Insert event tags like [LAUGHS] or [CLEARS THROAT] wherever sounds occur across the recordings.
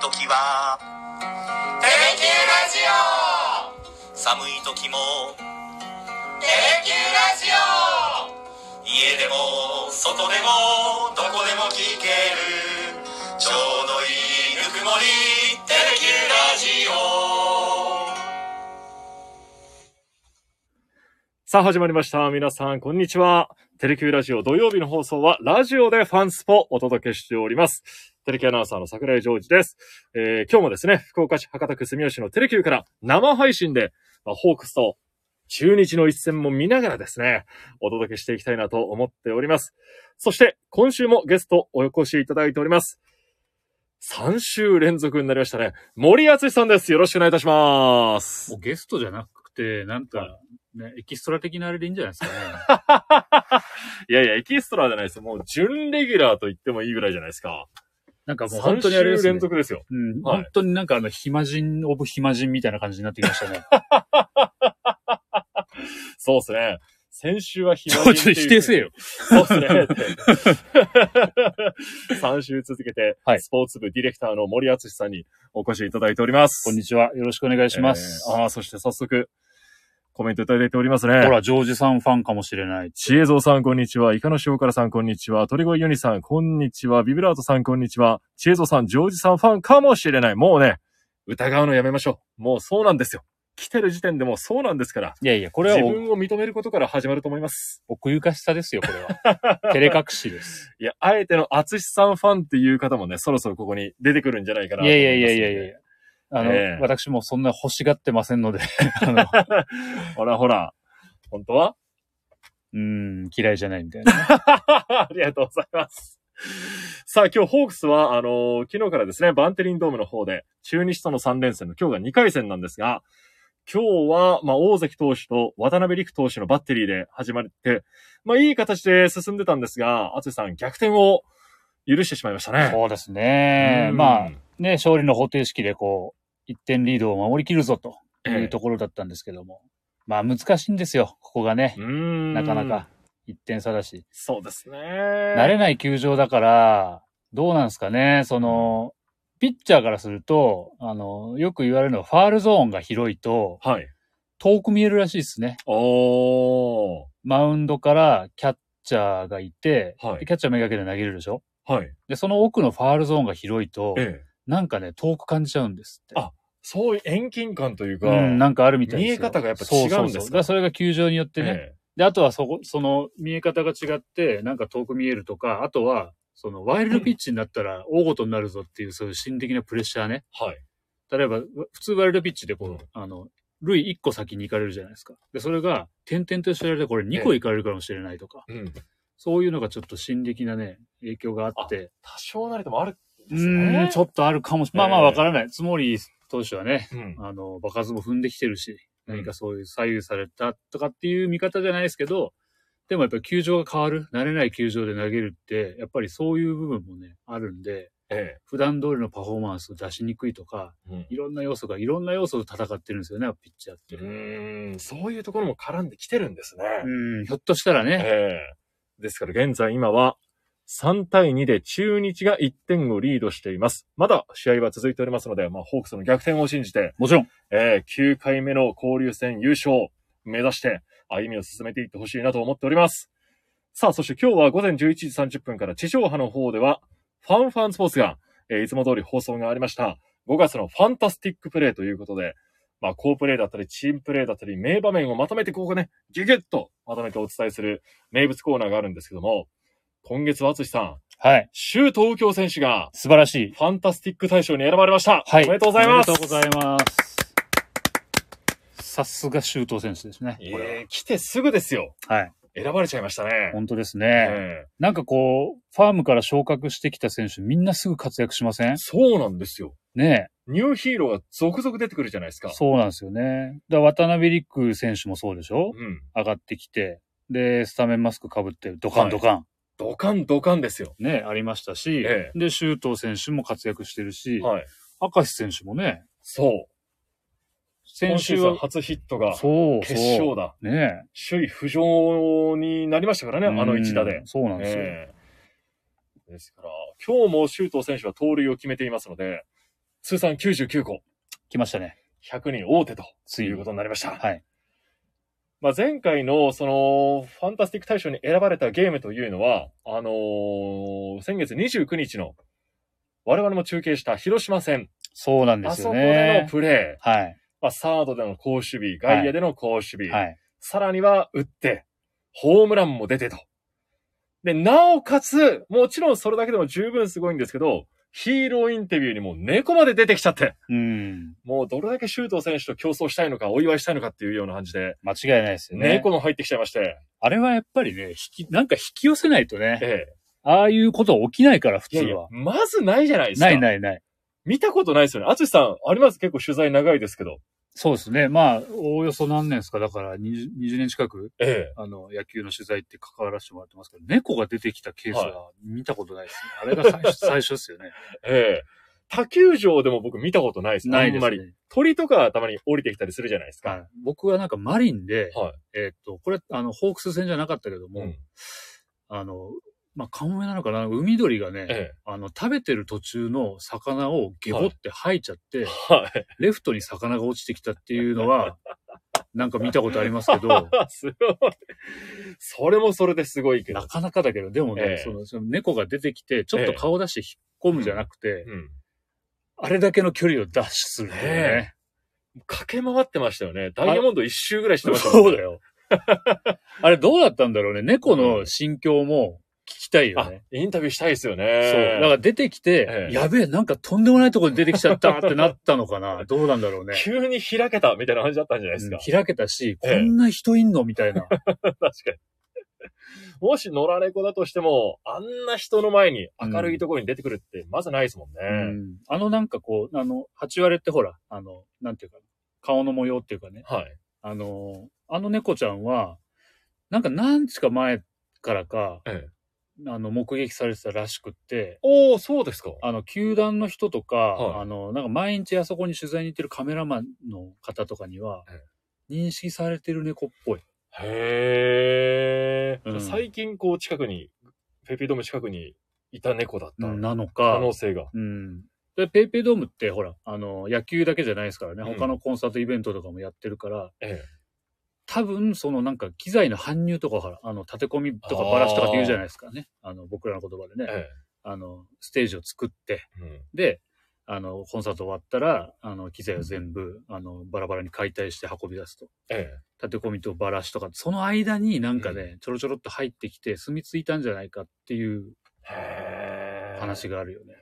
時はテレキューラジオ寒い時もテレキューラジオ家でも外でもどこでも聞けるちょうどいいぬくもりテレキューラジオさあ始まりました。皆さん、こんにちは。テレキューラジオ土曜日の放送は、ラジオでファンスポお届けしております。テレキューアナウンサーの桜井ジョージです。えー今日もですね、福岡市博多区住吉のテレキューから生配信で、まあホークスと中日の一戦も見ながらですね、お届けしていきたいなと思っております。そして、今週もゲストお越しいただいております。3週連続になりましたね。森敦さんです。よろしくお願いいたします。もうゲストじゃなくて、なんか、ね、エキストラ的なあれでいいんじゃないですかね。 [LAUGHS] いやいや、エキストラじゃないですよ。もう、準レギュラーと言ってもいいぐらいじゃないですか。なんかもう3本当にあれで週すね連。続ですよ。うん、はい本当になんかあの、暇人、オブ暇人みたいな感じになってきました [LAUGHS] ね。そうですね。先週はち暇ょっ人とっていう否定せよ。そうですね。3週続けて、はいスポーツ部ディレクターの森敦さんにお越しいただいております。 [LAUGHS] こんににちは。よろしくお願いします。ああ、そして早速、コメントいただいておりますね。ほら、ジョージさんファンかもしれない。知恵蔵さん、こんにちは。イカの塩辛さん、こんにちは。鳥越ユニさん、こんにちは。ビブラートさん、こんにちは。知恵蔵さん、ジョージさんファンかもしれない。もうね、疑うのやめましょう。もうそうなんですよ。来てる時点でもうそうなんですから。いやいや、ここれれはは自分を認めることから始まると思います。お奥ゆかしさですよ、これは。 [LAUGHS] 照れ隠 [LAUGHS] しです。いや、あえての厚志さんファンっていう方もね、そろそろここに出てくるんじゃないかないと思やいいまやすいのやで。いやいや。あの、ええ私もそんな欲しがってませんので、 [LAUGHS] あの、 [LAUGHS] ほらほら。本当はうん、嫌いじゃないみたいなね。 [LAUGHS] ありがとうございます。さあ、今日ホークスは、あのー昨日からですね、バンテリンドームの方で、中日との3連戦の今日が2回戦なんですが、今日は、まあ、大関投手と渡辺陸投手のバッテリーで始まって、まあ、いい形で進んでたんですが、淳さん、逆転を許してしまいましたね。そうですね。うんまあ、、ね、勝利の方程式でこう、1点リードを守りきるぞとええいうところだったんですけども。まあ難しいんですよ、ここがねう。ん。なかなか。1点差だし。そうですね。慣慣れない球場だから、どうなんですかね、その、ピッチャーからすると、あの、よく言われるのはファールゾーンが広いと、はい。遠く見えるらしいですね。おー。マウンドからキャッチャーがいて、はいでキャッチャーめがけて投げるでしょはい。で、その奥のファールゾーンが広いとえ、え。なんかね、遠く感じちゃうんですって。あそういう遠近感というか、うん、なんかあるみたいですよ見え方がやっぱ違うんですかそうそうそうだらそれが球場によってね。ええで、あとはそこ、その見え方が違って、なんか遠く見えるとか、あとは、そのワイルドピッチになったら大ごとになるぞっていう、そういう心理的なプレッシャーね。はい。例えば、普通ワイルドピッチでこう、うんあの、塁1個先に行かれるじゃないですか。で、それが、点々としてられて、これ2個行かれるかもしれないとか、うん。そういうのがちょっと心理的なね、影響があって、多少なりともあるんうですね。ーん、ちょっとあるかもし、まあまあわからない。つもり投手はね、うんあの、場数も踏んできてるし、うん何かそういう左右されたとかっていう見方じゃないですけど、でもやっぱり球場が変わる、慣れない球場で投げるって、やっぱりそういう部分もね、あるんで、え普段通りのパフォーマンスを出しにくいとか、え。うんいろんな要素が、いろんな要素と戦ってるんですよね、ピッチャーって。うーん、そういうところも絡んできてるんですね。うん、ひょっとしたらね、ええですから現在今は3対2で中日が1点をリードしています。まだ試合は続いておりますので、まあ、ホークスの逆転を信じて、もちろん、ええ9回目の交流戦優勝目指して歩みを進めていってほしいなと思っております。さあ、そして今日は午前11時30分から地上波の方では、ファンファンスポーツが、えーいつも通り放送がありました。5月のファンタスティックプレーということで、まあ、好プレーだったり、チームプレーだったり、名場面をまとめて、ここがね、ギュギュッとまとめてお伝えする名物コーナーがあるんですけども、今月は淳さん、はい、周東京選手が、素晴らしい。ファンタスティック大賞に選ばれました。はい。おめでとうございます。おめでとうございます。さすが周東選手ですね。これえー来てすぐですよ。ははい。選ばれちゃいましたね。本当ですね。えなんかこう、ファームから昇格してきた選手、みんなすぐ活躍しませんえそうなんですよ。ねニューヒーローが続々出てくるじゃないですえか。。そうなんですよね。だ渡辺陸選手もそうでしょうん。上がってきて、で、スタメンマスクかぶって、ドカンドカン、ドカンドカンですよ。ね、ありましたし、えで、周東選手も活躍してるし、はい。明石選手もね、そう。先週今シーズンは、初ヒットがそう、決勝そだ。う。ね首位浮上になりましたからね、え。あの一打でうん。そうなんですよ。ええですから、今日も周東選手は盗塁を決めていますので、通算99個、来ましたね。 100人大手とついいうにことになりました。はい。まあ、前回の、その、ファンタスティック大賞に選ばれたゲームというのは、あのー先月29日の、我々も中継した広島戦、そうなんであすそよこでねの。プレー、はい。まあ、サードでの好守備、外野での好守備、はい。さらには打って、ホームランも出てと。で、なおかつ、もちろんそれだけでも十分すごいんですけど、ヒーローインタビューにもう猫まで出てきちゃって、うん。もうどれだけ周東選手と競争したいのか、お祝いしたいのかっていうような感じで、間違いないですよね。猫も入ってきちゃいまして、あれはやっぱりね、引き、なんか引き寄せないとね、ええ。ああいうこと起きないから、普い通やは。いや、まずないじゃないですか。ないい。ないない。見たことないですよね。淳さん、あります結構取材長いですけど。そうですね。まあ、おおよそ何年ですか。だから20、20年近く、ええ。あの、野球の取材って関わらせてもらってますけど、猫が出てきたケースは見たことないですね。あれが [LAUGHS] 最初最初ですよね。ええ。他球場でも僕見たことないです。ないであんすまり。ね。鳥とかたまに降りてきたりするじゃないですか。はい、僕はなんかマリンで、はいえーっと、これ、あの、ホークス戦じゃなかったけども、うんあの、まあ、カモメなのかな海鳥がね、えあの、食べてる途中の魚をゲボって吐いちゃって、え。はい。 [LAUGHS] レフトに魚が落ちてきたっていうのは、なんか見たことありますけ [LAUGHS] ど、すごい。それもそれですごいけどな。かなかだけど、でもね、ええそのその猫が出てきて、ちょっと顔出して引っ込むじゃなくて、うん。あれだけの距離をダッシュするんだよね。駆け回ってましたよね。ダイヤモンド一周ぐらいしてました [LAUGHS] そうだよ。あれどうだったんだろうね。猫の心境も聞きたいよあね。、インタビューしたいですよそう。ね。だから出てきて、ええやべえ、なんかとんでもないところに出てきちゃったってなったの [LAUGHS] かな。どうなんだろうね。急に開けたみたいな感じだったんじゃないですか。うん開けたし、ええこんな人いんのみたいな。確かに。もし野良猫だとしても、あんな人の前に明るいところに出てくるって、まずないですもんね。うんあのなんかこう、あの、八割ってほら、あの、なんていうか、顔の模様っていうかね。はい。あの、あの猫ちゃんは、なんか何日か前からか、ええあの、目撃されてたらしくって、おー、そうですか。あの、球団の人とか、はいあの、なんか毎日あそこに取材に行ってるカメラマンの方とかにはえ、認識されてる猫っぽい。へー、うん最近、こう、近くに、ペピドーム近くにいた猫だったなの可か、能性が。うん。で、ペイペイドームってほら、あの、野球だけじゃないですからね、うん他のコンサートイベントとかもやってるから、ええ多分、そのなんか機材の搬入とかほら、あの、立て込みとかバラしとかって言うじゃないですかね。あの、僕らの言葉でね。えあの、ステージを作って、えうんで、あの、コンサート終わったら、あの、機材を全部、あの、バラバラに解体して運び出すと。ええ立て込みとバラしとか、その間になんかね、ちょろちょろっと入ってきて、住み着いたんじゃないかっていうへー話があるよね。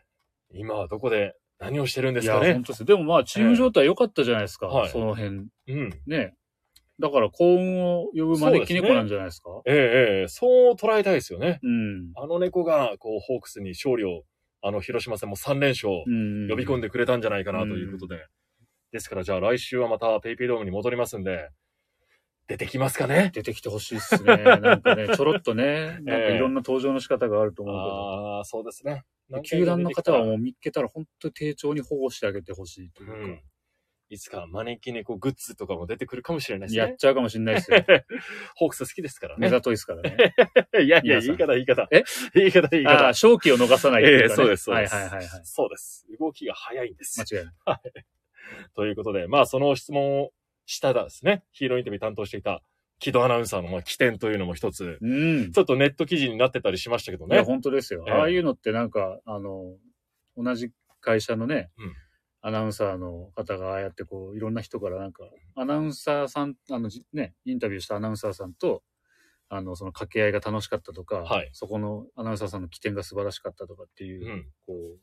今はどこで何をしてるんでいすや、かね本。当です。でもまあ、チーム状態良かったじゃないですか。はいその辺。うん。ね。だから幸運を呼ぶ招き猫なんじゃないですかうええええそう捉えたいですよね。ん。あの猫が、こう、ホークスに勝利を、あの、広島戦も3連勝。うん。呼び込んで。でくれたんじゃないかなということで。ですから、じゃあ来週はまたペイペイドームに戻りますんで、出てきますかね出てきてほしいっすね。なんかね、ちょろっとね、 [LAUGHS] なんかいろんな登場の仕方があると思うけど。ああ、そうですね。球団の方はもうう見っけたら本当に丁重に保護してあげてほしいといん、うか、いつか招き猫グッズとかも出てくるかもしれないですやっ [LAUGHS] ね。ちゃうかもしれないですよ。ホークス好きですから目ね。ざといですからね。 [LAUGHS] いやいや、皆さ言んい方言い方。え言い方言いああ、方。勝機を逃さないっていええうかねそうです、そうです。はいはいはい、はい。そうです。動きが早いんです。間違いない。ということで、まあその質問をしたらですね、ヒーローインタビュー担当していた木戸アナウンサーのまあ起点というのも一つ、うん。ちょっとネット記事になってたりしましたけどいや、ね。本当ですよ。ええああいうのってなんか、あの、同じ会社のね、うんアナウンサーの方がああやってこう、いろんな人からなんか、アナウンサーさん、あの、じね、インタビューしたアナウンサーさんと、あの、その掛け合いが楽しかったとか、はいそこのアナウンサーさんの起点が素晴らしかったとかっていう、うん。こう、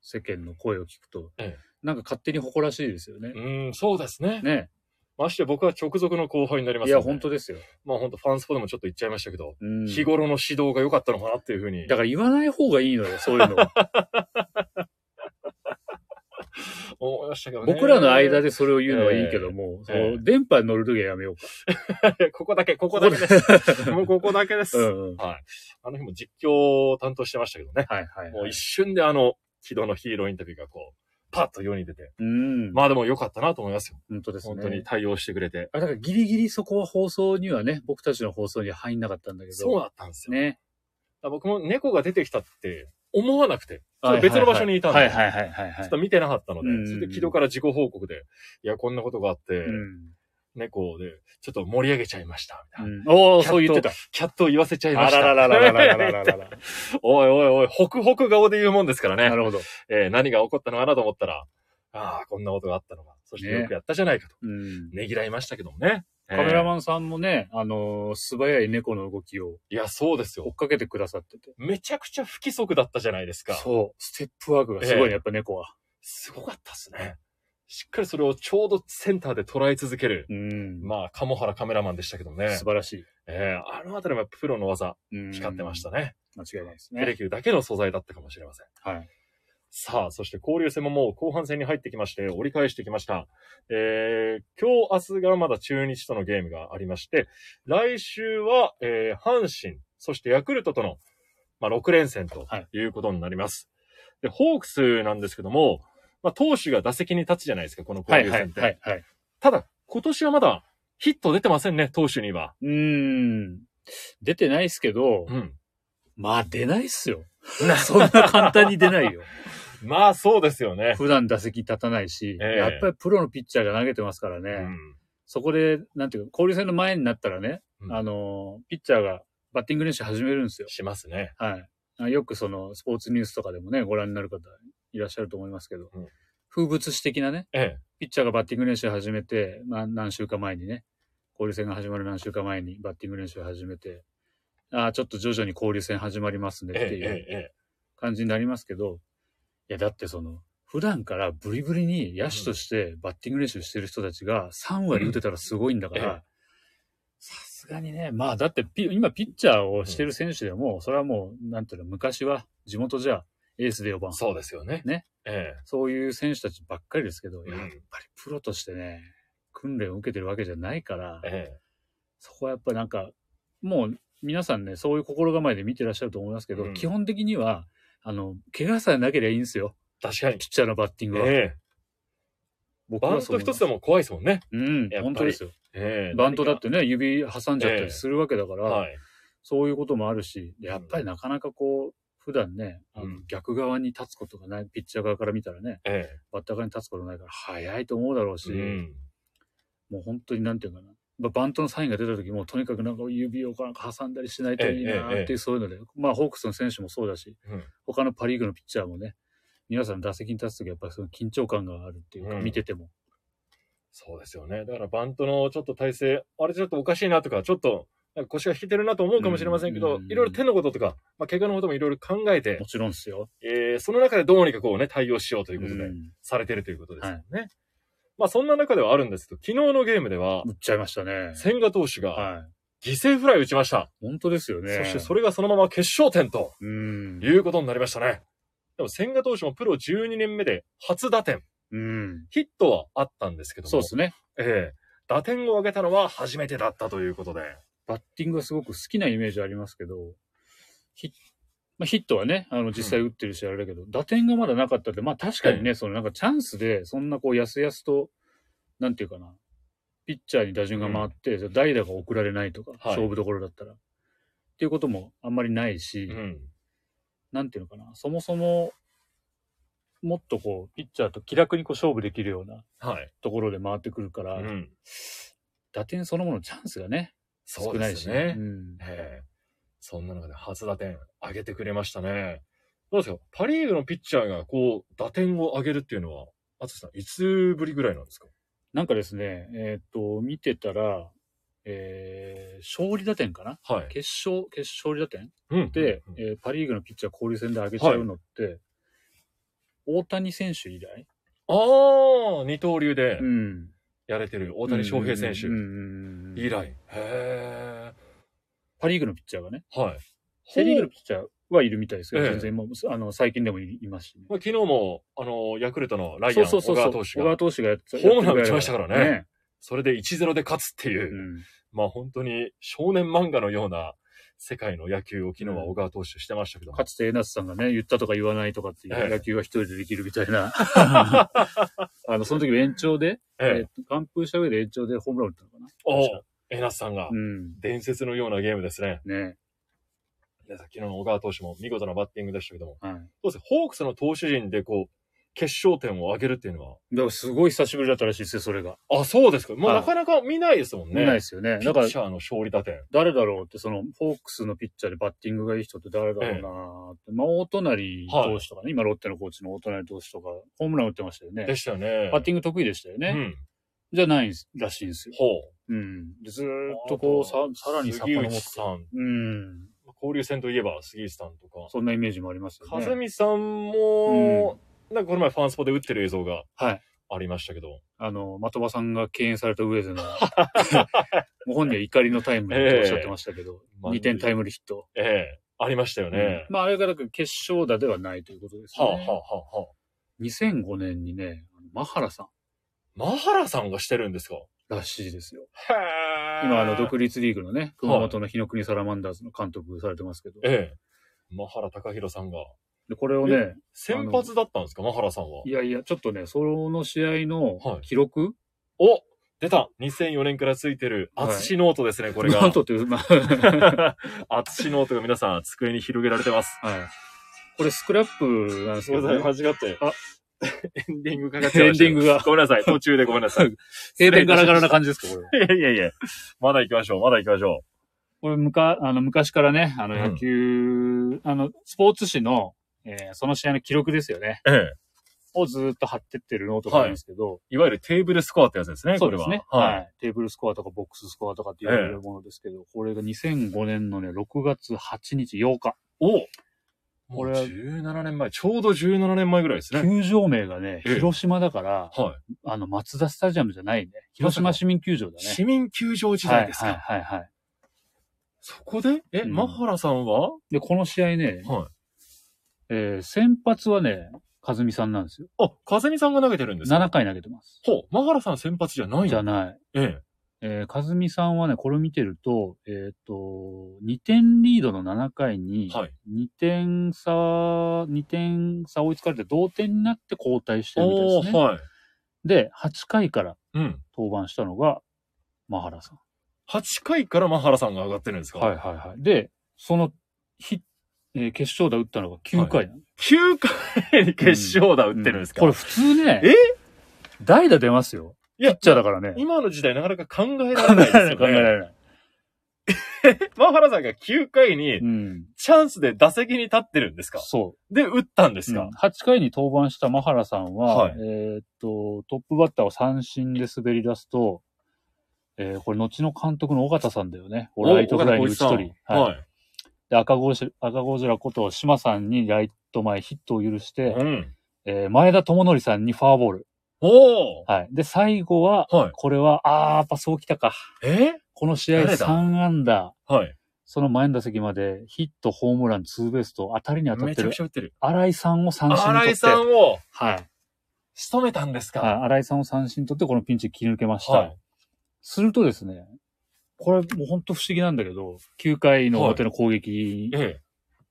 世間の声を聞くと、ええなんか勝手に誇らしいですよね。うん、そうですね。ね。まして僕は直属の後輩になりまいすので、や、本当ですよ。まあ本当ファンスポでもちょっと言っちゃいましたけど、うん。日頃の指導が良かったのかなっていうふうに。だから言わない方がいいのよ、そうい [LAUGHS] うのは。思いましたけどね。僕らの間で。でそれを言うのはいいけども、ええそう電波に乗るときはやめようか。 [LAUGHS] ここだけ、ここだけ [LAUGHS] です。もうここだけです。うんうん。はい。あの日も実況を担当してましたけどね。はいはい、もはうい一。瞬であの、木戸のヒーローインタビューがこう、パッと世に出て。うん。まあでも良かったなと思いますよ。本当ですね。本当に。対応してくれて。あ、だからギリギリそこは放送にはね、僕たちの放送には入んなかったんだけど。そうだったんですよ。ね。僕も猫が出てきたって思わなくて。ょっと別の場所にいたんはいで、ちはいはいはいはょいっと。見てなかったので、うんそれで木戸から自己報告で、いや、こんなことがあって、うん猫で、ちょっと盛り上げちゃいました、みたいな。うんおお、そう言ってた。キャットを言わせちゃいまあした。ららららららら [LAUGHS] ららおいおいおい、ホクホク顔で言うもんですからなね。るほど。えー何が起こったのかなと思ったら、ああ、こんなことがあったのか。そしてねよくやったじゃないかと。うんねぎらいましたけどもね。えーカメラマンさんもね、あのー、素早い猫の動きをいや、そうです追よっ。かけてくださってて。めちゃくちゃ不規則だったじゃないですか。そう。ステップワークがすごえいえね、やっぱ猫は。すごかったですね。しっかりそれをちょうどセンターで捉え続ける、うん。まあ、鴨原カメラマンでしたけどもね素。晴らしい。えーあのあたりもやっぱプロの技、うん光ってました。ね。間違いないですテレね。キューだけの素材だったかもしれません。はい。さあ、そして交流戦ももう後半戦に入ってきまして、折り返してきました。えー、今日、明日がまだ中日とのゲームがありまして、来週は、えー、阪神、そしてヤクルトとの、まあ、6連戦とはいいうことになります。で、ホークスなんですけども、まあ、投手が打席に立つじゃないですか、このは交い流はい戦って。はいはい。ただ、今年はまだヒット出てませんね、投手には。うーん。出てないっすけどう、ん。まあ出ないっすよ。そんな簡単に出な [LAUGHS] いよ。まあ、そうですよね。普段打席立たないし、ええやっぱりプロのピッチャーが投げてますからね。うん。そこで、なんていうか、交流戦の前になったらね、うんあの、ピッチャーがバッティング練習始めるんですよ。しますね。はいあ。よくその、スポーツニュースとかでもね、ご覧になる方いらっしゃると思いますけど、うん風物詩的なね、ええ。ピッチャーがバッティング練習始めて、まあ、何週か前にね、交流戦が始まる何週か前にバッティング練習始めて、ああ、ちょっと徐々に交流戦始まりますねええっていう、ええ。感じになりますけど、いや、だってその、普段からブリブリに野手としてバッティング練習してる人たちが3割打てたらすごいんだかええら、さすがにね、まあだってピ今ピッチャーをしてる選手でも、それはもう、なんていうの、昔は地元じゃエースで4番、そうですよね。ね。えそういう選手たちばっかりですけど、んやっぱりプロとしてね、訓練を受けてるわけじゃないからえ。、えそこはやっぱなんか、もう皆さんね、そういう心構えで見てらっしゃると思いますけど、うん基本的には、あの、怪我さえなければいいんですよ。え。確かにピ。ッチャーのバッティングは。ええ。僕バはンそトう思いま一すつでも怖いですもんね。うやっんぱり、本当ですよ。ええバントだってね、指挟んじゃったりするわけだから、はい。そういうこともあるし、やっぱりなかなかこう、普段ね、あのうん逆側に立つことがない、ピッチャー側から見たらね、えバッター側に立つことないから、早いと思うだろうえ。し、うん。もう本当になんていうかな。まあバントのサインが出た時も、とにかくなんか指をなんか挟んだりしないといいなええええっていう、そういうので、まあ、ホークスの選手もそうだし、うん他のパ・リーグのピッチャーもね、皆さん打席に立つ時やっぱりその緊張感があるっていうか、うん見てても。そうですよね。だからバントのちょっと体勢、あれちょっとおかしいなとか、ちょっとなんか腰が引けてるなと思うかもしれませんけど、うんいろいろ手のこととか、まあ、怪我のこともいろいろ考えても、ちろんですよ。えーその中でどうにかこうね、対応しようということで、うんされてるということですよね。まあそんな中ではあるんですけど、昨日のゲームでは、打っちゃいましたね。千賀投手がは犠牲フライを打ちました。い。本当ですよね。そしてそれ、れがそのまま決勝点とうん。いうことになりましたね。でも千賀投手もプロ12年目で初打点。うん。ヒットはあったんですけども。そうですね。ええ打点を挙げたのは初めてだったということで。バッティングがすごく好きなイメージありますけど、ヒッ,、まあ、ヒットはね、あの実際打ってるしあれだけど、打点がまだなかったって、まあ確かにね、そのなんかチャンスで、そんなこう、やすやすと、なんていうかな、ピッチャーに打順が回って、代打が送られないとか、勝負どころだったら。っていうこともあんまりないし、うん。なんていうのかな、そもそも、もっとこう、ピッチャーと気楽にこう勝負できるようなはい。ところで回ってくるかうら、ん。打点そのもののチャンスがね、そ少うなでいしすね。うんええそんな中で初打点上げてくれましたね。どうですかパリーグのピッチャーがこう、打点を上げるっていうのは、あつさん、いつぶりぐらいなんですかなんかですね、えーっと、見てたら、えー勝利打点かなはい。決勝、決勝利打点うんで、うんえーパリーグのピッチャー交流戦で上げちゃうのって、大谷選手以来ああ、二刀流でん。やれてる大谷翔平選手うんうんうんうん以来。へパリーグのピッチャーがね。え。はい。セリーグのピッチャーはいるみたいですけど、ええ全然もう、あの、最近でもいいますしね。まあ昨日も、あの、ヤクルトのライアン、小川投手小川が、投手がやってホームラン打ちましたからねやってそれで1-0で勝つっていうくれればう、ん。まあ本当に少年漫画のような世界の野球を昨日は小川投手してましたけども、かつて江夏さんがね、言ったとか言わないとかっていええう、野球は一人でできるみたい [LAUGHS] な。 [LAUGHS] あの、その時の延長で、えええっと完封した上で延長でホームラン打ったのかな。おう確か江夏さんがうん。伝説のようなゲームですね。ねね、昨日の小川投手も見事なバッティングでしたけども、はい。そうですねホークスの投手陣でこう、決勝点を上げるっていうのだからすごい久しぶりだったらしいですよ、それが。は、あ、そうですか。まあ、はいなかなか見ないですもんね。見ないですよね。ピだからッチ、ャーの勝利打点。誰だろうって、その、ホークスのピッチャーでバッティングがいい人って誰だろうなーって。まあ、大隣投手とかね、今ロッテのコーチの大隣投手とか、ホームラン打ってましたよねで。したよね。バッィティング得意でしたよね。うん。じゃないんすらしいんですよ。ほうん。でずーう。っとこう、さ、さらに杉遡っ内て。さん。うん。交流戦といえば杉内さんとか。そんなイメージもありますよかね。ずみさんも、なんかこの前ファンスポで打ってる映像がはいありましたけど。あの、的場さんが敬遠され [LAUGHS] た上での、もう本人は怒りのタイムリーとおっしゃってましたけど、ええ2点タイムリーヒット。ええありましたよね。まあ、あれがだから決勝打ではないということですね。はあ、はあはあはあ、 2005年にね、マハラさんマハラさんがしてるんですからしいですよ。へ今、あの、独立リーグのね、熊本の日の国サラマンダーズの監督されてますけど、ええ。マハラ高弘さんが。でこれをね、先発だったんですかマハラさんは。いやいや、ちょっとね、その試合はのい記録、お出た !2004 年からついてる、はい厚しノートですね、ここれが。なん [LAUGHS] とという、まあ、 [LAUGHS] [LAUGHS] 厚しノートが皆さん、机に広げられてます。はい。これスクラップなんですすいけまど、せん、ね、間違って。あエンディングかかっちゃいました。エンディングがごめんなさい、途中でごめんなさい。停電ガラガラな感じですか、これ。 [LAUGHS] いやいやいや、まだ行きましょう、まだ行きましょ [LAUGHS] これむか、あの、昔からね、あの、うん野球、あの、スポーツ紙の、えーその試合の記録ですよね。う。ええ。をずーっと貼ってってるノートがあるんですけど、いわゆるテーブルスコアってやつですね、そうですね、これはい。は。テーブルスコアとかボックススコアとかって言われるものですけど、これが2005年のね、6月8日8日。おここれれはは17年前、ちょうど17年前ぐらいですね。球場名がね、ええ広島だから、はあの、松田スタジアムじゃないね。広島市民球場い。だね。市民球場時代ですはいか。はいはいはい。そこでえ、うんマハラさんはで、この試合ね、はえー先発はね、和美さんなんですよ。い。あ、風見さんが投げてるんです7か回投げてます。ほう、マハラさん先発じゃないんじゃだ。ない。ええ。えー、かずみさんはね、これ見てると、えっ、と、2点リードの7回に、はい。 2点差、2点差追いつかれて同点になって交代してるみたいおですー、ね。はい。で、8回からうん。登板したのが、マハラさん。 8回からマハラさんが上がってるんですかはいはいはい。で、その日、えー決勝打打ったのが9回なの、 9回に決勝打打ってるんですかこれ普通ね、え代打出ますよ。いやピッチャーだからね。今の時代なかなか考えられ考えないですられない、 [LAUGHS] 考よえら [LAUGHS] ね。れない。マハラさんが9回にうん。チャンスで打席に立ってるんですかそう。で、打ったんですうかん、8回に登板したマハラさんは、はいえーっと、トップバッターを三振で滑り出すと、えーこれ、後の監督の尾形さんだよね。おライトフライに打ち取り岡。田浩い。で、赤子白赤子白こと島さんにライト前ヒットを許し一さんはい。て、うん。えー前田智則さんにファーボール。おーはい。で、最後は、はい。これは、あー、やっぱそうきたか。えこの試合誰だ3安打。はい。その前の打席までヒット、ホームラン、ツーベースと当たりに当たっめてちゃるくちゃ打ってる。新井さんを三振に新井取って。さんをはい。仕留めたんですかはい、新井さんを三振取って、このピンチ切り抜けました。はいするとですね、これもう本当不思議なんだけど、9回の表の攻撃ええ。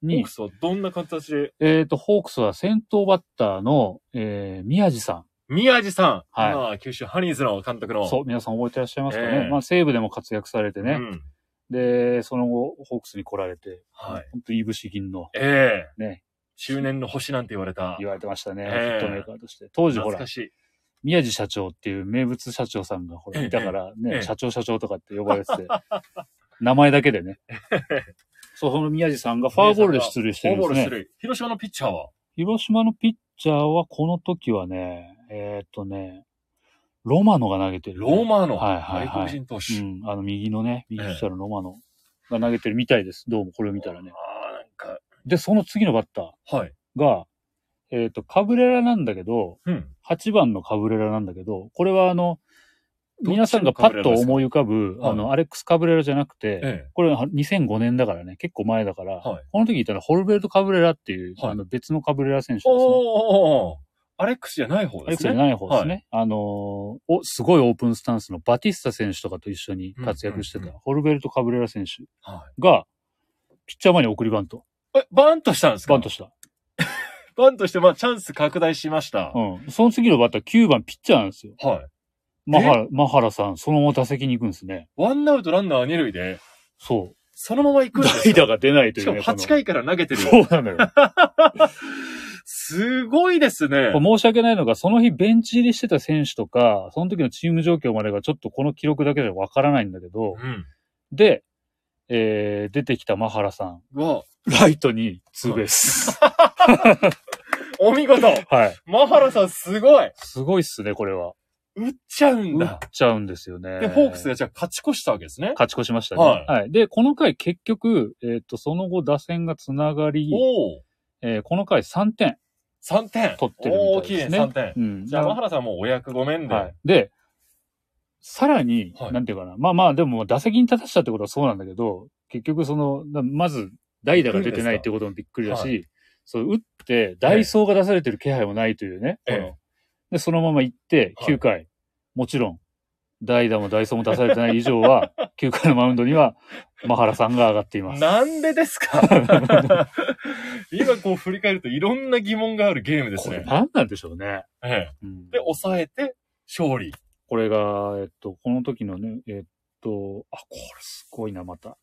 ホに、ークスはどんな形でえっ、と、ホークスは先頭バッターの、えー、宮地さ宮地さん。はい今、九州ハニーズの監督ん。の。そう、皆さん覚えてらっしゃいますかね。ええまあ、西武でも活躍されてうね。ん。で、その後、ホークスに来られて、はい。本当いぶし銀のええ。ね。中年の星なんて言われた。言われてましたね。ヒえッえトメーカーとして。当時、ほ懐らか、しい。宮地社長っていう名物社長さんがほら、ええいたからね、ええ社長社長とかって呼ばれてて、名前だけでね。そう、その宮地さんがファーボールで出塁してフォアるんボーでルす出ね。塁。広島のピッチャーは広島のピッチャーはこの時はね、えーっとね、ロマノが投げてる、ローマーのはいはいはい外国人投手。うん、あの右のね、右ピッチャーのロマノが投げてるみたいです。どうもこれを見たらね。ああ、なんか。で、その次のバッタはい。ーが、えーっと、カブレラなんだけど、うん。 8番のカブレラなんだけど、これはあの、どっちの皆さんがパッと思い浮かぶ、カブレラですかあの、アレックス・カブレラじゃなくて、えこれは2005年だからね、結構前だから、はいこの時いたのはホルベルト・カブレラっていう、はいあの別のカブレラ選手おですね。おーアレックスじゃない方アレッでクすスじね。ゃい。ない方ですね。あのーお、すごいオープンスタンスのバティスタ選手とかと一緒に活躍してうんたうんホルベルト・カブレラ選手はが、ピッチャー前に送りバント。い、え、バントしたんですかバントした。バントして、まあ、チャンス拡大しました。うん。その次のバッター9番ピッチャーなんですよ。はい。マハラ、マハラさん、そのまま打席に行くんですね。ワンアウトランナー二塁で、そう。そのまま行くんです代打よ。が出ないといしうかね。もこの8回から投げてるよ。そうなのよ。やっすごいですね。ぱ申し訳ないのが、その日ベンチ入りしてた選手とか、その時のチーム状況までがちょっとこの記録だけじゃわからないんだけど、うん。で、えー、出てきたマハラさん、うわ、ライトにツーベース。お見事はい。マハラさんすごいすごいっすね、これは。打っちゃうん打っだ。ちゃうんですよね。で、ホークスがじゃあ勝ち越したわけですね。勝ち越しましたね。ははいい。で、この回結局、えっ、と、その後打線がつながり、おおえーこの回3点。 3点取ってるみたいですね大きいね、3点。うん。じゃあ、マハラさんもうお役ごめんで。はい。で、さらに、はいなんていうかな。まあまあ、でも打席に立たしたってことはそうなんだけど、結局その、なまず代打が出てないってこともびっくりだし、はそう、打って、ダイソーが出されてる気配もないというね。ええこので、そのまま行って、はい9回、もちろん、代打もダイソーも出されてない以上 [LAUGHS] は、9回のマウンドには、マハラさんが上がっています。なんでですか [LAUGHS] 今こう振り返るといろんな疑問があるゲームですこれね。何なんでしょうね。ええうんで、抑えて勝利。これが、えっと、この時のね、えっと、あ、これすごいな、また。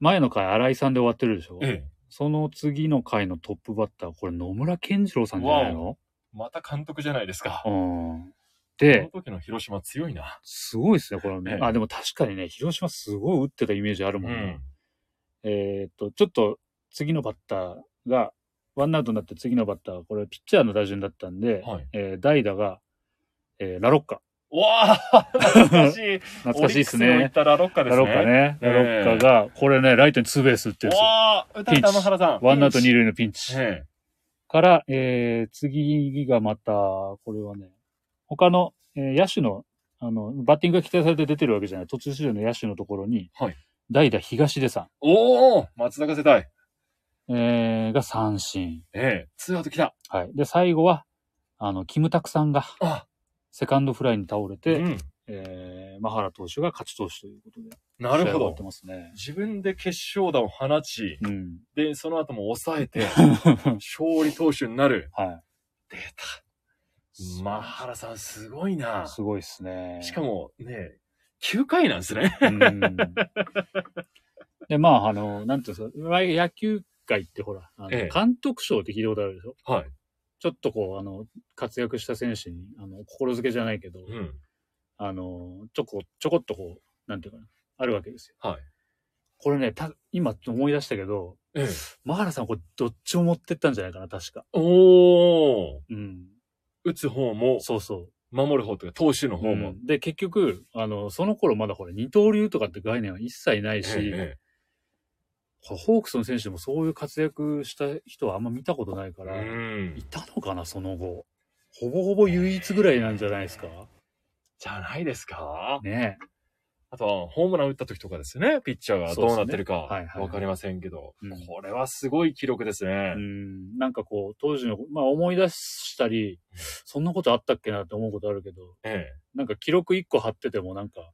前の回、新井さんで終わってるでしょ、ええその次の回のトップバッター、これ野村健次郎さんじゃないのまた監督じゃないですか。うこん。ので、時の広島強いな。すごいですね、これはえ。ねえあ、でも確かにね、広島すごい打ってたイメージあるうもんねん。。えーっと、ちょっと次のバッターが、ワンアウトになって次のバッターが、これピッチャーの打順だったんで、 [LAUGHS] はい。えー代打が、えーラロッカ。うわあ懐かしい。懐かしいですオリックスの行っね。たラロッカですラね。ロッカね。ええラロッカが、これね、ライトにツーベース打ってるんですよ。わあ打たれたピン天チ原さん。ワンアウト二ピン塁のピンチチ。。えから、えー、次がまた、これはね、他の、えー野手の、あの、バッティングが期待されて出てるわけじゃない。途中出場の野手のところに、はい代打東出さおお松坂世代。ん、えー、が三振。ええツーアウト来た。はい。で、最後は、あの、キムタクさんが、あセカンドフライに倒れて、うん。えー、マハラ投手が勝ち投手ということで。なる試ほ合が終わっどて。ますね。自分で決勝打を放ち、うん。で、その後も抑えて、 [LAUGHS] 勝利投手になる。は。。出た。マハラさん、すごいないすごいですね。しかも、ね、9回なんです [LAUGHS] ね。うんで、まあ、あの、なんていうんですか、野球界ってほら、あのええ監督賞って聞いたことあるでしょはい。ちょっとこう、あの、活躍した選手に、あの、心づけじゃないけど、うん。あの、ちょこ、ちょこっとこう、なんていうかな、あるわけですよ。はい。これね、た、今思い出したけど、ええ。マハラさんこれどっちも持ってったんじゃないかな、確か。おー。うん。打つ方も、そうそう。守る方というか、投手の方うも。んで、結局、あの、その頃まだほら、二刀流とかって概念は一切ないし、えこれホークスの選手でもそういう活躍した人はあんま見たことないかえ。うら、んい。たのかな、その後。ほぼほぼ唯一ぐらいなんじゃないですか。じゃないですかねあとは、ホームラン打った時とかですね、ピッチャーがどうなってるか、そうですねはいはいわかりませんけど、うんこれはすごい記録ですねえ。う。ん、なんかこう、当時の、まあ思い出したり、そんなことあったっけなって思うことあるけど、えなんか記録1個貼っててもなんか、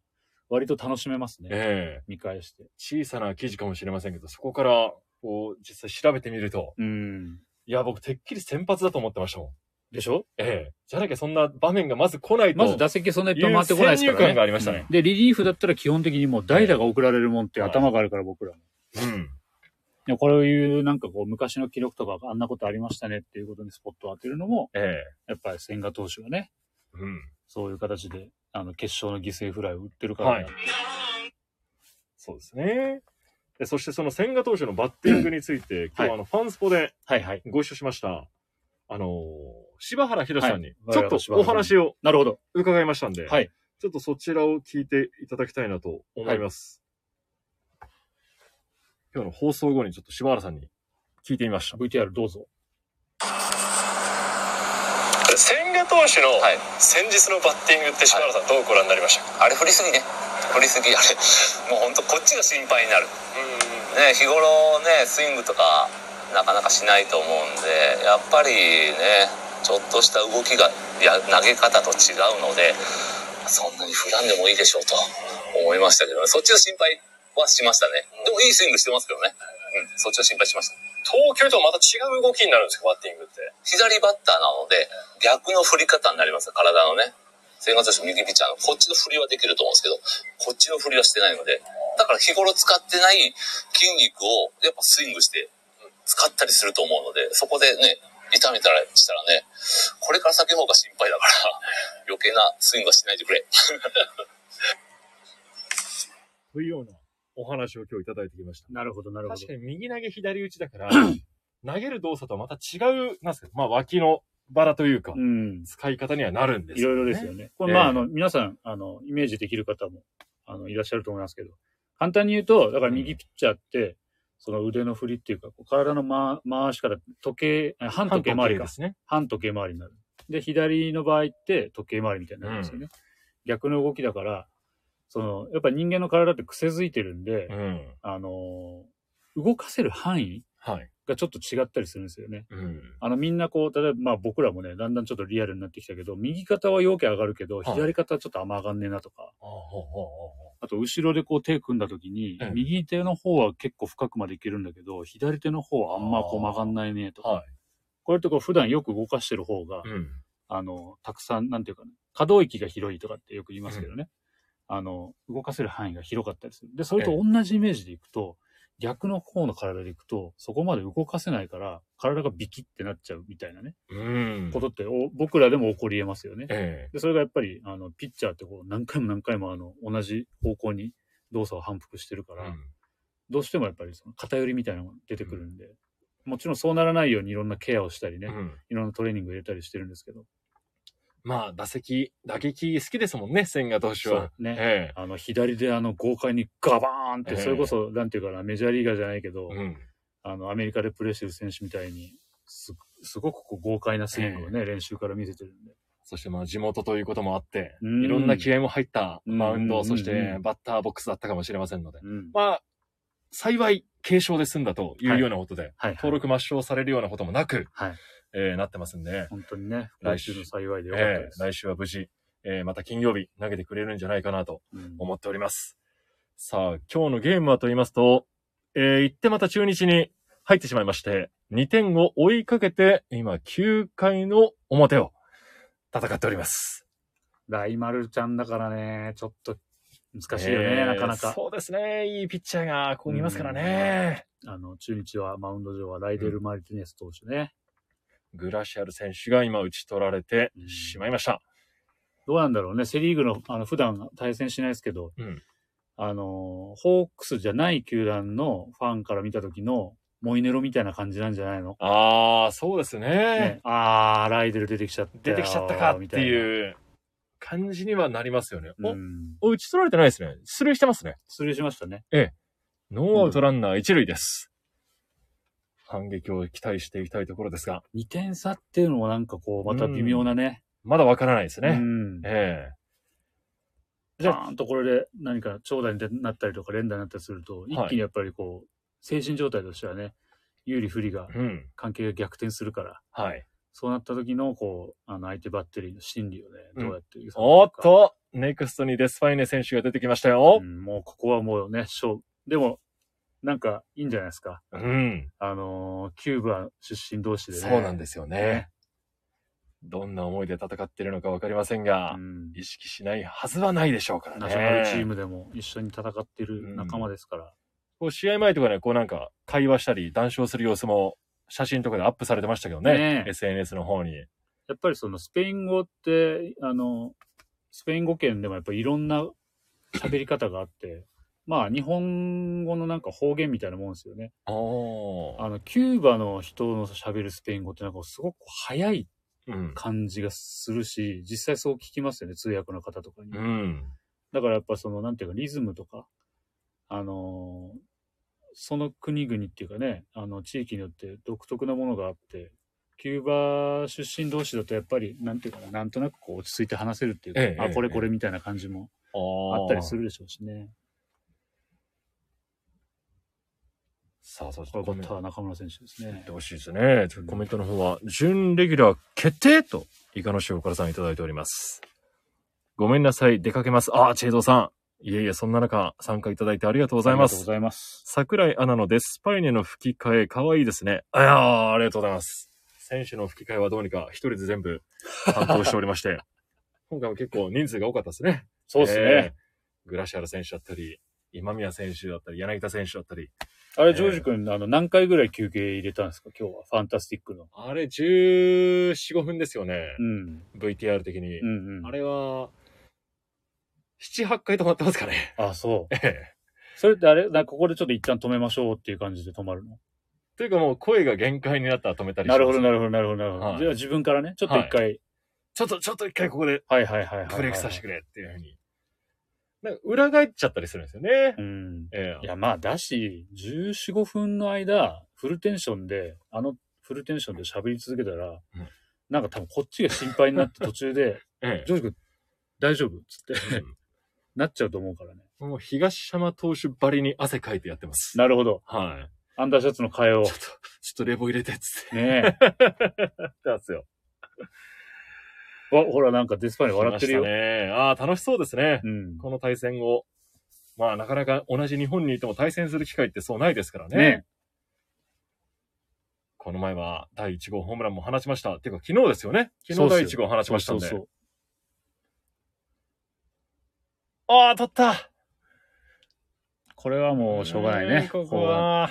割と楽しめますえ。ね。ええ。見返して。小さな記事かもしれませんけど、そこから、こう、実際調べてみると、うん。いや、僕、てっきり先発だと思ってましたもん。でしょええ。じゃなきゃそんな場面がまず来ないと。まず打席そんなにいっぱい回ってこないですからね。いう先入観がありましたねうんで、リリーフだったら基本的にもう代打が送られるもんって頭があるから僕ら。うん。いや、こういうなんかこう昔の記録とかあんなことありましたねっていうことにスポットを当てるのも、ええ。やっぱり千賀投手がね、うん。そういう形で、あの、決勝の犠牲フライを打ってるから、はいそうですね。でそしてその千賀投手のバッティングについて、今はい日あの、ファンスポではいはい。ご一緒しました、あのー柴原博さんに、はいちょっとお話をなるほど。伺いましたんで、はい。ちょっとそちらを聞いていただきたいなと思います。今日の放送後にちょっと柴原さんに聞いてみました。 VTR どうぞ。千賀投手の先日のバッティングって柴原さんどうご覧になりましたか、あれ振りすぎね振りす [LAUGHS] ぎあれもうほんとこっちが心配になるね日頃ねスイングとかなかなかしないと思うんでやっぱりねちょっとした動きがいや投げ方と違うのでそんなに振らんでもいいでしょうと思いましたけどねそっちの心配はしましたねでもいいスイングしてますけどね、うん、そっちの心配しました投球とはまた違う動きになるんですかバッティングって左バッターなので逆の振り方になります体のね千賀投手、右ピッチャーの、こっちの振りはできると思うんですけど、こっちの振りはしてないので、だから日頃使ってない筋肉を、やっぱスイングして、使ったりすると思うので、そこでね、痛めたらしたらね、これから先の方が心配だから、余計なスイングはしないでくれ。というようなお話を今日いただいてきました。なるほど、なるほど確か。に右投げ左打ちだ [CLEARS THROAT] から、投げる動作とはまた違う、なんですか、まあ脇のバラというか、うん。使い方にはなるんですいよろねいろですよ。ね。こえれ、えまあ、あの、皆さん、あの、イメージできる方も、あの、いらっしゃると思いますけど、簡単に言うと、だから右ピッチャーって、その腕の振りっていうか、こう体の回回しから時計、あ半時計回りでか。すね。半時計回りになる。で、左の場合って時計回りみたいになるんですよね。逆の動きだから、その、やっぱ人間の体って癖づいてるんで、うん。あのー動かせる範囲はい。がちょっと違ったりするんですよね。うん。あの、みんなこう、例えば、まあ僕らもね、だんだんちょっとリアルになってきたけど、右肩は要件上がるけはど、い左肩はちょっとあんま上がんねえなとか、ああ、ほうほうほうほあと後ろでこう手組んだ時にええ、右手の方は結構深くまでいけるんだけど、左手の方はあんまこう曲がんないねとうか、はこれってこう普段よく動かしてる方がい。、うん。あの、たくさん、なんていうかね、可動域が広いとかってよく言いますけどね、あの、動かせる範囲が広かったりする。で、それと同じイメージでいくと、逆の方の体でいくと、そこまで動かせないから、体がビキってなっちゃうみたいなね、うん。ことってお僕らでも起こり得ますよね。えで、それがやっぱり、あの、ピッチャーってこう、何回も何回もあの、同じ方向に動作を反復してるかえら、どうしてもやっぱりその偏りみたいなのが出てくるんで、もちろんそうならないようにいろんなケアをしたりね、うん。うん。いろんなトレーニングを入れたりしてるんですけど、まあ、打席、打撃好きですもんね、千賀投手は。ね、えあの、左であの、豪快にガバーンっえて、えそれこそ、なんていうかな、メジャーリーガーじゃないけどえ。、うん。あの、アメリカでプレーしてる選手みたいに、すすごくこう豪快なスイングをね、練習から見せてるんで。そしてまあ地元ということもあって、うんいろんな気合も入ったマウンうんうんうんド、うんそしてバッターボックスだったかもしれませんので。うん。まあ、幸い軽傷で済んだというようなことで、はい、登録抹消されるようなこともなく、はいえーなってますんで、本当にね、来来週週の幸いでよかったえです。ー来週は無事、えーまた金曜日投げてくれるんじゃないかなとうん思っております。さあ、今日のゲームはと言いますと、えー、行ってまた中日に入ってしまいまして、2点を追いかけて、今9回の表を戦っております。大丸ちゃんだからね、ちょっと難しいよね、えーなかなか。そうですね。いいピッチャーがここにいますからね。あの、中日はマウンド上はライデル・マルティネス投手ね。グラシアル選手が今打ち取られてしまいました。どうなんだろうね、セ・リーグの、あの、普段対戦しないですけど、うんあの、ホークスじゃない球団のファンから見た時の、モイネロみたいな感じなんじゃないの、ああ、そうですねね、あー、ライデル出てきちゃった出よ。てきちゃったかっみてたいな。いう感じにはなりますよね。うん。お、お打ち取られてないですね。出塁してますね。失礼しましたね。ノーアウトランナー一塁です。反撃を期待していきたいところですが、 2点差っていうのもなんかこう、また微妙なね。まだわからないですうね。ん。えじゃんとこれで何か長打になったりとか連打になったりすると、一気にやっぱりこう、精神状態としてはね、有利不利がえ、うん。関係が逆転するから、はい。そうなった時の、こう、あの、相手バッテリーの心理をね、うんどうやって、うかおっと、ネクストにデスファイネ選手が出てきましたうよ。んもうここはもうね、勝負。でも、なんか、いいんじゃないですか。うん。あのーキューバ出身同士でね。。そうなんですすよね。どんな思いで戦っているのかわかりませんが、うん意識しないはずはないでしょうからね。ナショナルチームでも一緒に戦ってる仲間ですから。こう試合前とかね、こうなんか会話したり談笑する様子も写真とかでアップされてましたけどね。ねえ SNS の方に。やっぱりそのスペイン語って、あの、スペイン語圏でもやっぱりいろんな喋り方があって、まあ日本語のなんか方言みたいなもんですよね。おーあの、キューバの人の喋るスペイン語ってなんかすごく早いうん。感じがするし、実際そう聞きますよね、通訳の方とかに。うん。だからやっぱその、なんていうか、リズムとか、あのーその国々っていうかね、あの、地域によって独特なものがあって、キューバ出身同士だとやっぱり、なんていうかな、なんとなくこう落ち着いて話せるっていうか、ええあ、ええこれこれみたいな感じもああったりする。るでしょうしね。さあ、そしてこれコバメンッタート。は中村選手です言っねて。ほしいですね。うんコメントの方は、準レギュラー決定と、イカの塩辛さんいただいております。ごめんなさい、出かけます。ああ、チェイドーさん。いえいえ、そんな中、参加いただいてありがとうございまありがとうごす。ざいます。桜井アナのデスパイネの吹き替え、かわいいですね。ああ、あ [LAUGHS] りがとうございます。選手の吹き替えはどうにか一人で全部担当しておりまして、今回も結構人数が多かったですね。そうですね。えーグラシアル選手だったり、今宮選手だったり、柳田選手だったり、あれ、ジョージ君、あの、何回ぐらい休憩入れたんですか今日は。ファンタスティックの。あれ14、5分ですよね。うん。 VTR 的に。うんうん。あれは、7、8回止まってますかね。 [LAUGHS] あ、そう。ええそれってあれ、なここでちょっと一旦止めましょうっていう感じで止まるのというかもう声が限界になったら止めたりしますなるほど、なるほど、なるほど、なるほど。はいじゃあ自分からね、ちょっと一回、ちょっと、ちょっと一回ここではい、はいはいはいはいブレーキさせてくれっていうふうに。なんか裏返っちゃったりするんですよね。うん。えいえや、まあ、だし、14、5分の間、フルテンションで、あのフルテンションで喋り続けたら、んなんか多分こっちが心配になって途中 [LAUGHS] で、えジョージ君、大丈夫っつって、えなっちゃうと思うからね。もう東山投手ばりに汗かいてやってます。なるほど。はい。アンダーシャツの替えをちょっ。と、ちょっと冷房入れてっつって。ねやってますよ。え。わ、ほら、なんかデスパイネ笑ってるよ。来ましたね。ああ、楽しそうですね。うん。この対戦を。まあ、なかなか同じ日本にいても対戦する機会ってそうないですからね。ねこの前は第1号ホームランも放ちました。っていうか、昨日ですよね。そ昨う日第っす1よ号放ちそまうしたそんうで。そう。ああ、取ったこれはもうしょうがないね。ここは。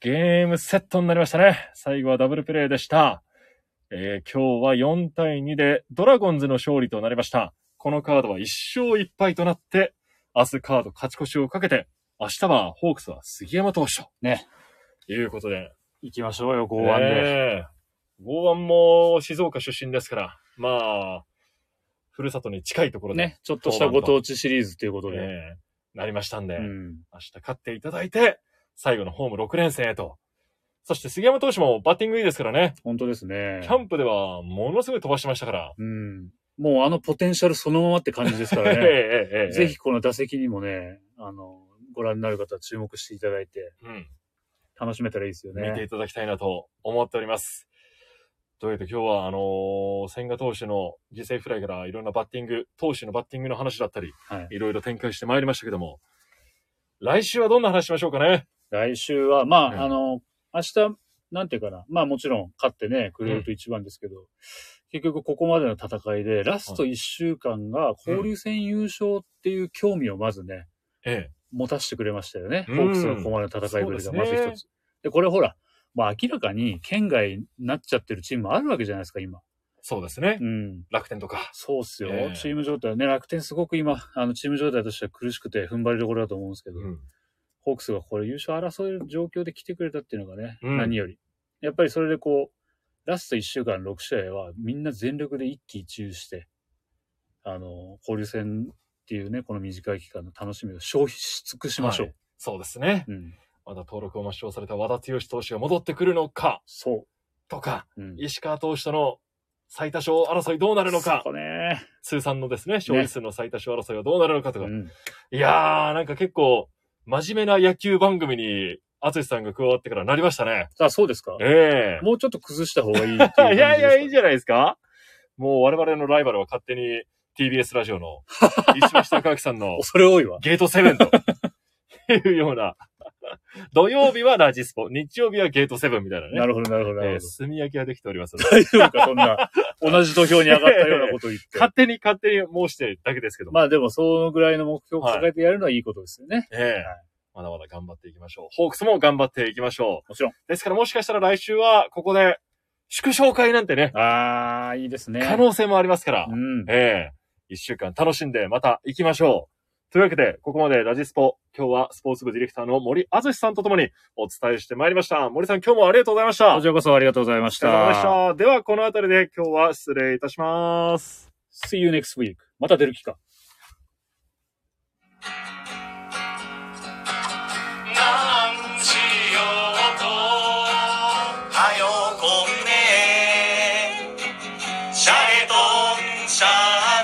ゲームセットになりましたね。最後はダブルプレイでした。えー今日は4対2でドラゴンズの勝利となりました。このカードは1勝1敗となって、明日カード勝ち越しをかけて、明日はホークスは杉山投手と。ね。いうことで。行きましょうよ、剛腕で。えー。剛腕も静岡出身ですから、まあ、ふるさとに近いところで、ね、ちょっとしたご当地シリーズということで。えーなりましたんで。うん。明日勝っていただいて、最後のホーム6連戦へと。そして杉山投手もバッティングいいですからね。本当ですね。キャンプではものすごい飛ばしてましたから。うん。もうあのポテンシャルそのままって感じですかええら [LAUGHS] ね。ええええぜひ。この打席にもね、あの、ご覧になる方は注目していただいて、うん。楽しめたらいいですよ見てね。いただきたいなと思っております。というわけで今日はあのー千賀投手の犠牲フライからいろんなバッティング、投手のバッティングの話だったり、はい。いろいろ展開してまいりましたけども、来週はどんな話しましょうかね。来週は、まうんあ、あの、明日、なんていうかな。まあもちろん勝ってね、クレールと一番ですけど、結局ここまでの戦いで、ラスト1週間が交流戦優勝っていう興味をまずね、え持たせてくれましたよね。うホんークスのここまでの戦いぶりがまずそう一でつ。で、これほら、まあ明らかに県外になっちゃってるチームもあるわけじゃないですか、今。そうですねう。ん。楽天とか。そうっすよ。ええチーム状態ね、楽天すごく今、あの、チーム状態としては苦しくて踏ん張りどころだと思うんですけど、うん。ホークスがこれ優勝争える状況で来てくれたっていうのがね、うん何より。やっぱりそれでこう、ラスト1週間6試合はみんな全力で一喜一憂して、あの、交流戦っていうね、この短い期間の楽しみを消費し尽くしましょう。はいそうですね。うん。まだ登録を抹消された和田剛投手が戻ってくるのか。そとか、う。うん。石川投手との最多勝争いどうなるのかそ、こね。通算のですね、勝利数の最多勝争いはどうなるのかとうか。ん。いやー、なんか結構、真面目な野球番組に、淳さんが加わってからなりましたね。あ、そうですか。ええもうちょっと崩した方がいいっていう感じいやいや、いいじゃない。ないですか。もう我々のライバルは勝手に TBS ラジオ [LAUGHS] の石橋貴明さんの恐れ多いわ。ゲートセブンというような。土曜日はラジスポ、日曜日はゲートセブンみたいなね。なるほど、なるほど、なえるーほど。炭焼きができておりますので。大丈夫か、そんな。同じ土俵に上がったようなこと言 [LAUGHS] って。勝手に勝手に申してるだけですけども。まあでも、そのぐらいの目標を掲げてやるのはいいことですよね。ええまだまだ頑張っていきましょう。ホークスも頑張っていきましょう。もちろん。ですからもしかしたら来週はここで祝勝会なんてね、ああ、いいですね。可能性もありますから、うん。ええ一週間楽しんでまた行きましょう。というわけで、ここまでラジスポ、今日はスポーツ部ディレクターの森敦さんとともにお伝えしてまいりました。森さん今日もありがとうございました。こちらこそありがとうございましお疲れ様でた。した。ではこの辺りで今日は失礼いたします。 See you next week. また出る気か。なんしようとはよこんねシャレとんしゃ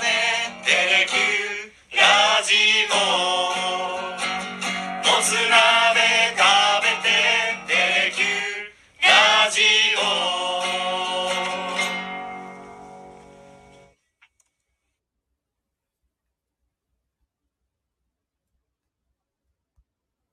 ねテレキューラジオもつ鍋食べてテレキューラジオ